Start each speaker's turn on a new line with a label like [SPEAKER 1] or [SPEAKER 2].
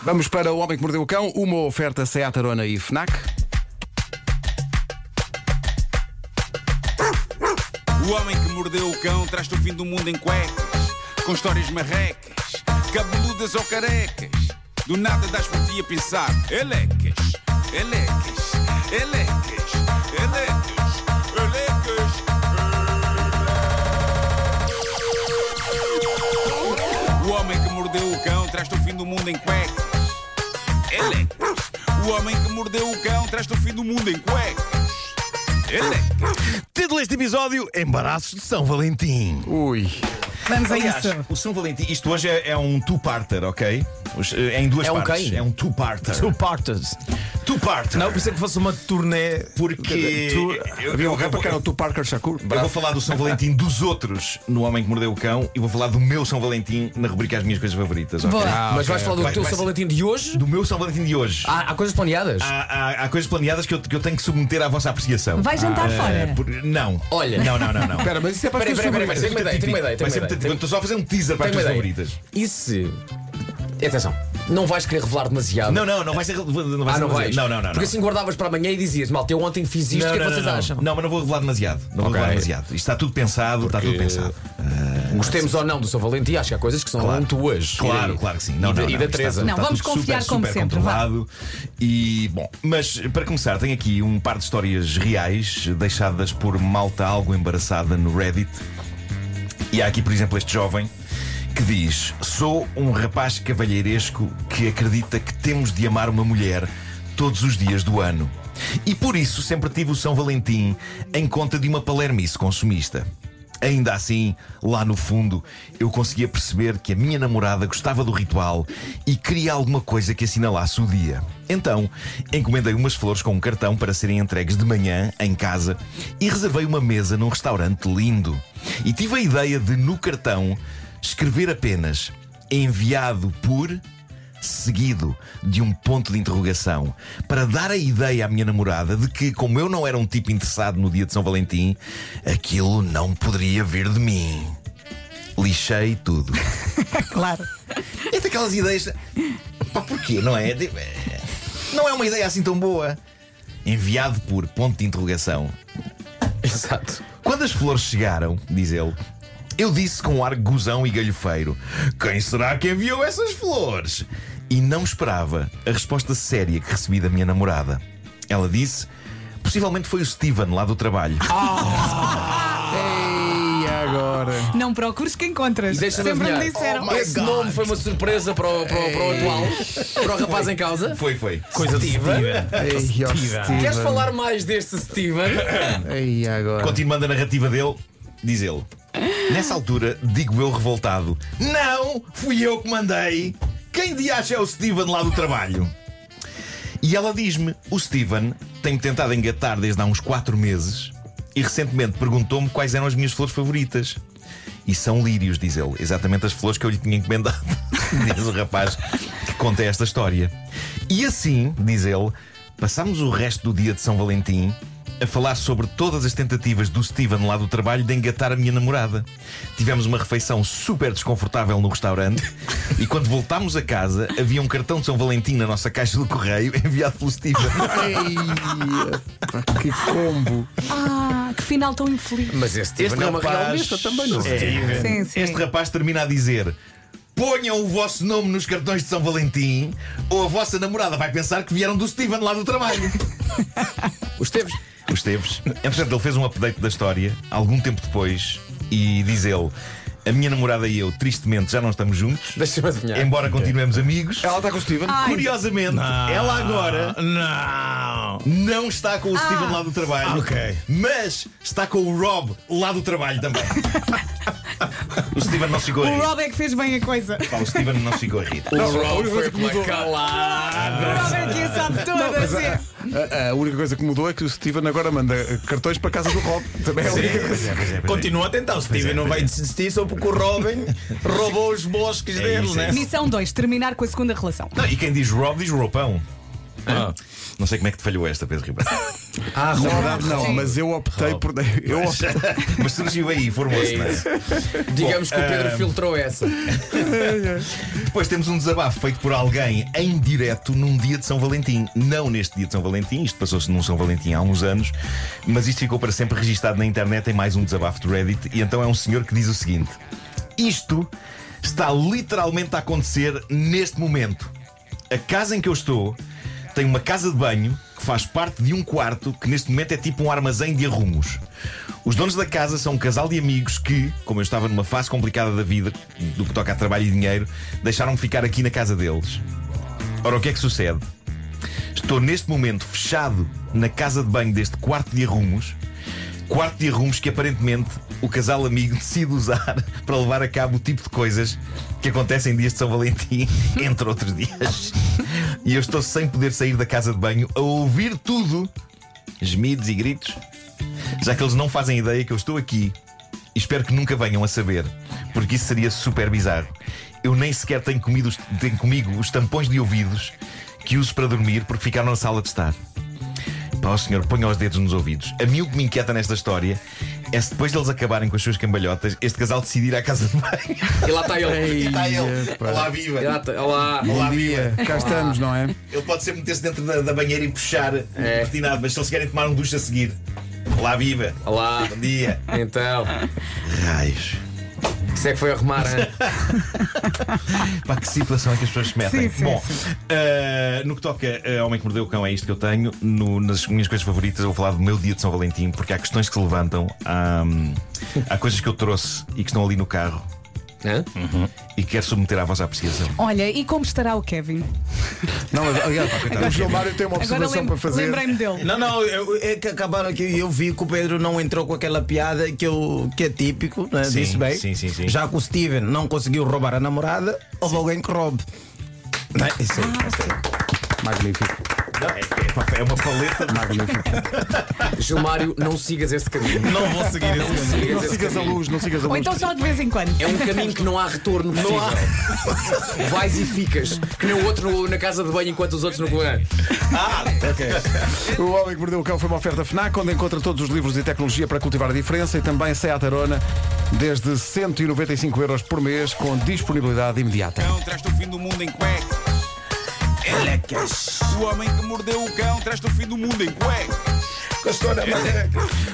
[SPEAKER 1] Vamos para O Homem que Mordeu o Cão, uma oferta Seat Arona e FNAC.
[SPEAKER 2] O homem que mordeu o cão traz-te o fim do mundo em cuecas, com histórias marrecas, cabeludas ou carecas. Do nada das por ti a pensar, elecas, elecas, elecas, elecas, elecas. O homem que mordeu o cão traz-te o fim do mundo em cuecas, elecas. O homem que mordeu o cão traz-te o fim do mundo em cuecas, elecas.
[SPEAKER 3] Título deste episódio: Embaraços de São Valentim.
[SPEAKER 1] Ui.
[SPEAKER 4] Vamos
[SPEAKER 5] é
[SPEAKER 4] a
[SPEAKER 3] Aliás,
[SPEAKER 4] isso.
[SPEAKER 3] o São Valentim, isto hoje é, é um two-parter, ok? Os- É em duas
[SPEAKER 5] É um
[SPEAKER 3] partes.
[SPEAKER 5] quê?
[SPEAKER 3] É um two-parter.
[SPEAKER 5] Two Partas.
[SPEAKER 3] Two-parter.
[SPEAKER 5] Não, pensei que fosse uma turnê.
[SPEAKER 3] porque.
[SPEAKER 5] Tu-
[SPEAKER 3] eu-
[SPEAKER 1] Havia um
[SPEAKER 3] eu-
[SPEAKER 1] rapper que era o Tu Parker Shakur.
[SPEAKER 3] Eu vou falar do São Valentim dos outros no Homem que Mordeu o Cão e vou falar do meu São Valentim na rubrica As Minhas Coisas Favoritas. Ah, ok?
[SPEAKER 4] Boa.
[SPEAKER 5] Mas vais falar do
[SPEAKER 3] Vai-
[SPEAKER 5] teu
[SPEAKER 3] vai
[SPEAKER 5] São
[SPEAKER 3] ser-
[SPEAKER 5] Valentim de hoje?
[SPEAKER 3] Do meu São Valentim de hoje.
[SPEAKER 5] Há, há coisas planeadas?
[SPEAKER 3] Há, há- há coisas planeadas que eu, que eu tenho que submeter à vossa apreciação.
[SPEAKER 4] Vai jantar
[SPEAKER 3] Ah,
[SPEAKER 4] fora.
[SPEAKER 3] por- não.
[SPEAKER 5] Olha.
[SPEAKER 3] Não, não, não, não.
[SPEAKER 1] Espera, mas isso é para as
[SPEAKER 5] Peraí,
[SPEAKER 1] tuas
[SPEAKER 5] peraí, peraí,
[SPEAKER 1] favoritas.
[SPEAKER 5] peraí, tenho uma ideia, tenho uma ideia, tenho
[SPEAKER 3] Vai
[SPEAKER 5] uma
[SPEAKER 3] ser muito
[SPEAKER 5] ideia.
[SPEAKER 3] atípico. Estou só a fazer um teaser para as
[SPEAKER 5] Tenho uma
[SPEAKER 3] tuas
[SPEAKER 5] ideia.
[SPEAKER 3] favoritas.
[SPEAKER 5] E se. Atenção, não vais querer revelar demasiado.
[SPEAKER 3] Não, não, não vai ser. Não vai
[SPEAKER 5] Ah,
[SPEAKER 3] ser
[SPEAKER 5] não vais?
[SPEAKER 3] Não, não, não.
[SPEAKER 5] Porque
[SPEAKER 3] não.
[SPEAKER 5] assim guardavas para amanhã e dizias, malta, eu ontem fiz isto, o que é que vocês
[SPEAKER 3] não,
[SPEAKER 5] acham?
[SPEAKER 3] Não, mas não vou revelar demasiado. Não vou
[SPEAKER 5] Ok.
[SPEAKER 3] revelar demasiado. Isto está tudo pensado, está tudo pensado.
[SPEAKER 5] Gostemos ou não do São Valentim, acho que há coisas que são
[SPEAKER 3] Claro.
[SPEAKER 5] muito hoje.
[SPEAKER 3] Claro,
[SPEAKER 5] E-
[SPEAKER 3] claro que sim. Não,
[SPEAKER 5] e da,
[SPEAKER 3] não,
[SPEAKER 5] e
[SPEAKER 3] não.
[SPEAKER 5] da
[SPEAKER 3] Está
[SPEAKER 5] Teresa.
[SPEAKER 3] tudo-
[SPEAKER 4] Não,
[SPEAKER 3] está
[SPEAKER 4] vamos
[SPEAKER 3] tudo
[SPEAKER 4] confiar
[SPEAKER 3] super,
[SPEAKER 4] como
[SPEAKER 3] super
[SPEAKER 4] sempre, vá.
[SPEAKER 3] Controlado. E bom, mas para começar, tenho aqui um par de histórias reais deixadas por malta algo embaraçada no Reddit. E há aqui, por exemplo, este jovem que diz: Sou um rapaz cavalheiresco que acredita que temos de amar uma mulher todos os dias do ano. E por isso sempre tive o São Valentim em conta de uma palermice consumista. Ainda assim, lá no fundo, eu conseguia perceber que a minha namorada gostava do ritual e queria alguma coisa que assinalasse o dia. Então, encomendei umas flores com um cartão para serem entregues de manhã em casa e reservei uma mesa num restaurante lindo. E tive a ideia de, no cartão, escrever apenas enviado por. Seguido de um ponto de interrogação, para dar a ideia à minha namorada de que, como eu não era um tipo interessado no dia de São Valentim, aquilo não poderia vir de mim. Lixei tudo.
[SPEAKER 4] Claro.
[SPEAKER 3] É daquelas ideias. Pá, porquê, não é? Tipo, é- Não é uma ideia assim tão boa. Enviado por ponto de interrogação.
[SPEAKER 5] Exato.
[SPEAKER 3] Quando as flores chegaram, diz ele, eu disse com um ar gozão e galhofeiro: Quem será que enviou essas flores? E não esperava a resposta séria que recebi da minha namorada. Ela disse: Possivelmente foi o Steven lá do trabalho.
[SPEAKER 5] Ah.
[SPEAKER 1] Ei, agora.
[SPEAKER 4] Não procures que encontras.
[SPEAKER 5] E deixa-me Oh,
[SPEAKER 4] Sempre me
[SPEAKER 5] adivinhar.
[SPEAKER 4] disseram.
[SPEAKER 5] Esse
[SPEAKER 3] Oh
[SPEAKER 5] nome foi uma surpresa para o, para o- para o atual, para o rapaz em causa.
[SPEAKER 3] Foi, foi.
[SPEAKER 5] Coisa de Steven.
[SPEAKER 1] Ei, ó, Steven.
[SPEAKER 5] Queres falar mais deste Steven?
[SPEAKER 1] Ei, agora.
[SPEAKER 3] Continuando a narrativa dele, diz ele: Nessa altura, digo eu revoltado: Não, fui eu que mandei. Quem de acha é o Steven lá do trabalho? E ela diz-me: O Steven tem-me tentado engatar desde há uns 4 meses e recentemente perguntou-me quais eram as minhas flores favoritas. E são lírios, diz ele, exatamente as flores que eu lhe tinha encomendado, diz o rapaz que conta esta história. E assim, diz ele, passámos o resto do dia de São Valentim a falar sobre todas as tentativas do Steven lá do trabalho de engatar a minha namorada. Tivemos uma refeição super desconfortável no restaurante e quando voltámos a casa havia um cartão de São Valentim na nossa caixa do correio enviado pelo Steven.
[SPEAKER 1] Ei, que combo.
[SPEAKER 4] Ah, que final tão infeliz.
[SPEAKER 5] Mas esse Steven
[SPEAKER 3] Este
[SPEAKER 5] é uma
[SPEAKER 3] um rapaz-
[SPEAKER 5] realista também, não
[SPEAKER 3] É,
[SPEAKER 4] Sim, sim.
[SPEAKER 3] Este rapaz termina a dizer: Ponham o vosso nome nos cartões de São Valentim, ou a vossa namorada vai pensar que vieram do Steven lá do trabalho.
[SPEAKER 5] Os teves.
[SPEAKER 3] Os Teves. Entretanto, ele fez um update da história, algum tempo depois, e diz ele: A minha namorada e eu, tristemente, já não estamos juntos,
[SPEAKER 5] Deixa-me adivinhar.
[SPEAKER 3] embora continuemos amigos.
[SPEAKER 1] Ela está com o Steven.
[SPEAKER 3] Curiosamente, ela agora
[SPEAKER 6] Não!
[SPEAKER 3] não está com o Steven
[SPEAKER 4] Ah.
[SPEAKER 3] lá do trabalho,
[SPEAKER 6] Ok.
[SPEAKER 3] mas está com o Rob lá do trabalho também. o Steven não se ficou a
[SPEAKER 4] O
[SPEAKER 3] rir.
[SPEAKER 4] Rob é que fez bem a coisa.
[SPEAKER 3] Pá, o Steven não se ficou a rir.
[SPEAKER 5] O Rob foi é pela calada.
[SPEAKER 4] O Rob é que a sabe todas. é.
[SPEAKER 1] A, a única coisa que mudou é que o Steven agora manda cartões para casa do Rob. Também é a única coisa.
[SPEAKER 6] Continua a tentar, o Steven não vai desistir só porque o Robin roubou os bosques dele,
[SPEAKER 3] isso, é
[SPEAKER 6] né?
[SPEAKER 3] isso.
[SPEAKER 4] Missão 2, terminar com a segunda relação.
[SPEAKER 3] Não, e quem diz Rob diz roupão.
[SPEAKER 6] Ah.
[SPEAKER 3] Não sei como é que te falhou esta, Pedro Ribeiro.
[SPEAKER 1] Ah, Na verdade, não, mas eu optei por. Eu optei.
[SPEAKER 3] Mas surgiu aí, formou-se, não é?
[SPEAKER 5] Digamos que o
[SPEAKER 3] ah,
[SPEAKER 5] Pedro filtrou essa.
[SPEAKER 3] Depois temos um desabafo feito por alguém em direto num dia de São Valentim. Não neste dia de São Valentim, isto passou-se num São Valentim há uns anos, mas isto ficou para sempre registado na internet em mais um desabafo do Reddit. E então é um senhor que diz o seguinte: Isto está literalmente a acontecer neste momento. A casa em que eu estou tem uma casa de banho que faz parte de um quarto que neste momento é tipo um armazém de arrumos. Os donos da casa são um casal de amigos que, como eu estava numa fase complicada da vida, do que toca a trabalho e dinheiro, deixaram-me ficar aqui na casa deles. Ora, o que é que sucede? Estou neste momento fechado na casa de banho deste quarto de arrumos. Quarto de arrumos que aparentemente o casal amigo decide usar para levar a cabo o tipo de coisas que acontecem em dias de São Valentim, entre outros dias. E eu estou sem poder sair da casa de banho a ouvir tudo, gemidos e gritos, já que eles não fazem ideia que eu estou aqui e espero que nunca venham a saber, porque isso seria super bizarro. Eu nem sequer tenho, comido os- tenho comigo os tampões de ouvidos que uso para dormir porque ficaram na sala de estar. Pá, ó senhor, ponha os dedos nos ouvidos. A mim o que me inquieta nesta história é se depois deles acabarem com as suas cambalhotas, este casal decidir ir à casa de banho.
[SPEAKER 5] E lá está ele.
[SPEAKER 3] Está ele,
[SPEAKER 1] Epa.
[SPEAKER 3] lá
[SPEAKER 5] E lá
[SPEAKER 3] viva.
[SPEAKER 5] está- Olá.
[SPEAKER 3] Olá, viva.
[SPEAKER 1] Cá estamos, não é?
[SPEAKER 3] Ele pode sempre meter-se dentro da, da banheira e puxar o cortinado, mas se eles querem tomar um ducho a seguir, lá viva.
[SPEAKER 5] Olá.
[SPEAKER 3] Bom dia.
[SPEAKER 5] Então,
[SPEAKER 3] Raios.
[SPEAKER 5] isso é que foi arrumar, hein?
[SPEAKER 3] Pá, que situação é que as pessoas se metem.
[SPEAKER 4] Sim, sim,
[SPEAKER 3] Bom,
[SPEAKER 4] sim.
[SPEAKER 3] eh, no que toca a Homem que Mordeu o Cão, é isto que eu tenho. No- nas minhas coisas favoritas, eu vou falar do meu dia de São Valentim, porque há questões que se levantam, há, hum, há coisas que eu trouxe e que estão ali no carro
[SPEAKER 5] Hã?
[SPEAKER 3] e quero submeter à vossa apreciação.
[SPEAKER 4] Olha, e como estará o Kevin?
[SPEAKER 1] Não, mas aliás, o João Mário tem uma
[SPEAKER 4] Agora
[SPEAKER 1] observação
[SPEAKER 4] lem-
[SPEAKER 1] para fazer.
[SPEAKER 4] lembrei-me dele.
[SPEAKER 6] Não, não, eu- é que acabaram que eu vi que o Pedro não entrou com aquela piada que, eu, que é típico, né?
[SPEAKER 3] Sim,
[SPEAKER 6] disse bem.
[SPEAKER 3] sim, sim, sim.
[SPEAKER 6] Já que o Steven não conseguiu roubar a namorada, houve alguém que roube. Não é? Isso aí.
[SPEAKER 4] Ah,
[SPEAKER 1] Magnífico.
[SPEAKER 3] É, é pá, é uma paleta de
[SPEAKER 5] Gilmário, não sigas esse caminho.
[SPEAKER 6] Não vou seguir
[SPEAKER 2] Um
[SPEAKER 6] esse caminho.
[SPEAKER 1] Não
[SPEAKER 5] esse
[SPEAKER 1] sigas a
[SPEAKER 5] caminho.
[SPEAKER 1] luz, não sigas a
[SPEAKER 4] Ou
[SPEAKER 1] luz.
[SPEAKER 4] então só de vez em quando.
[SPEAKER 5] É um caminho que não há retorno possível. Vais e ficas, que nem o outro no- na casa de banho enquanto os outros no governo.
[SPEAKER 1] O Homem que Mordeu o Cão foi uma oferta FNAC, onde encontra todos os livros e tecnologia para cultivar a diferença e também Seat Arona, desde 195 euros por mês, com disponibilidade imediata.
[SPEAKER 2] cão traz-te o fim do mundo em cuecas.
[SPEAKER 6] é
[SPEAKER 2] Elecas. O homem que mordeu o cão traz-te o fim do mundo em cuecas.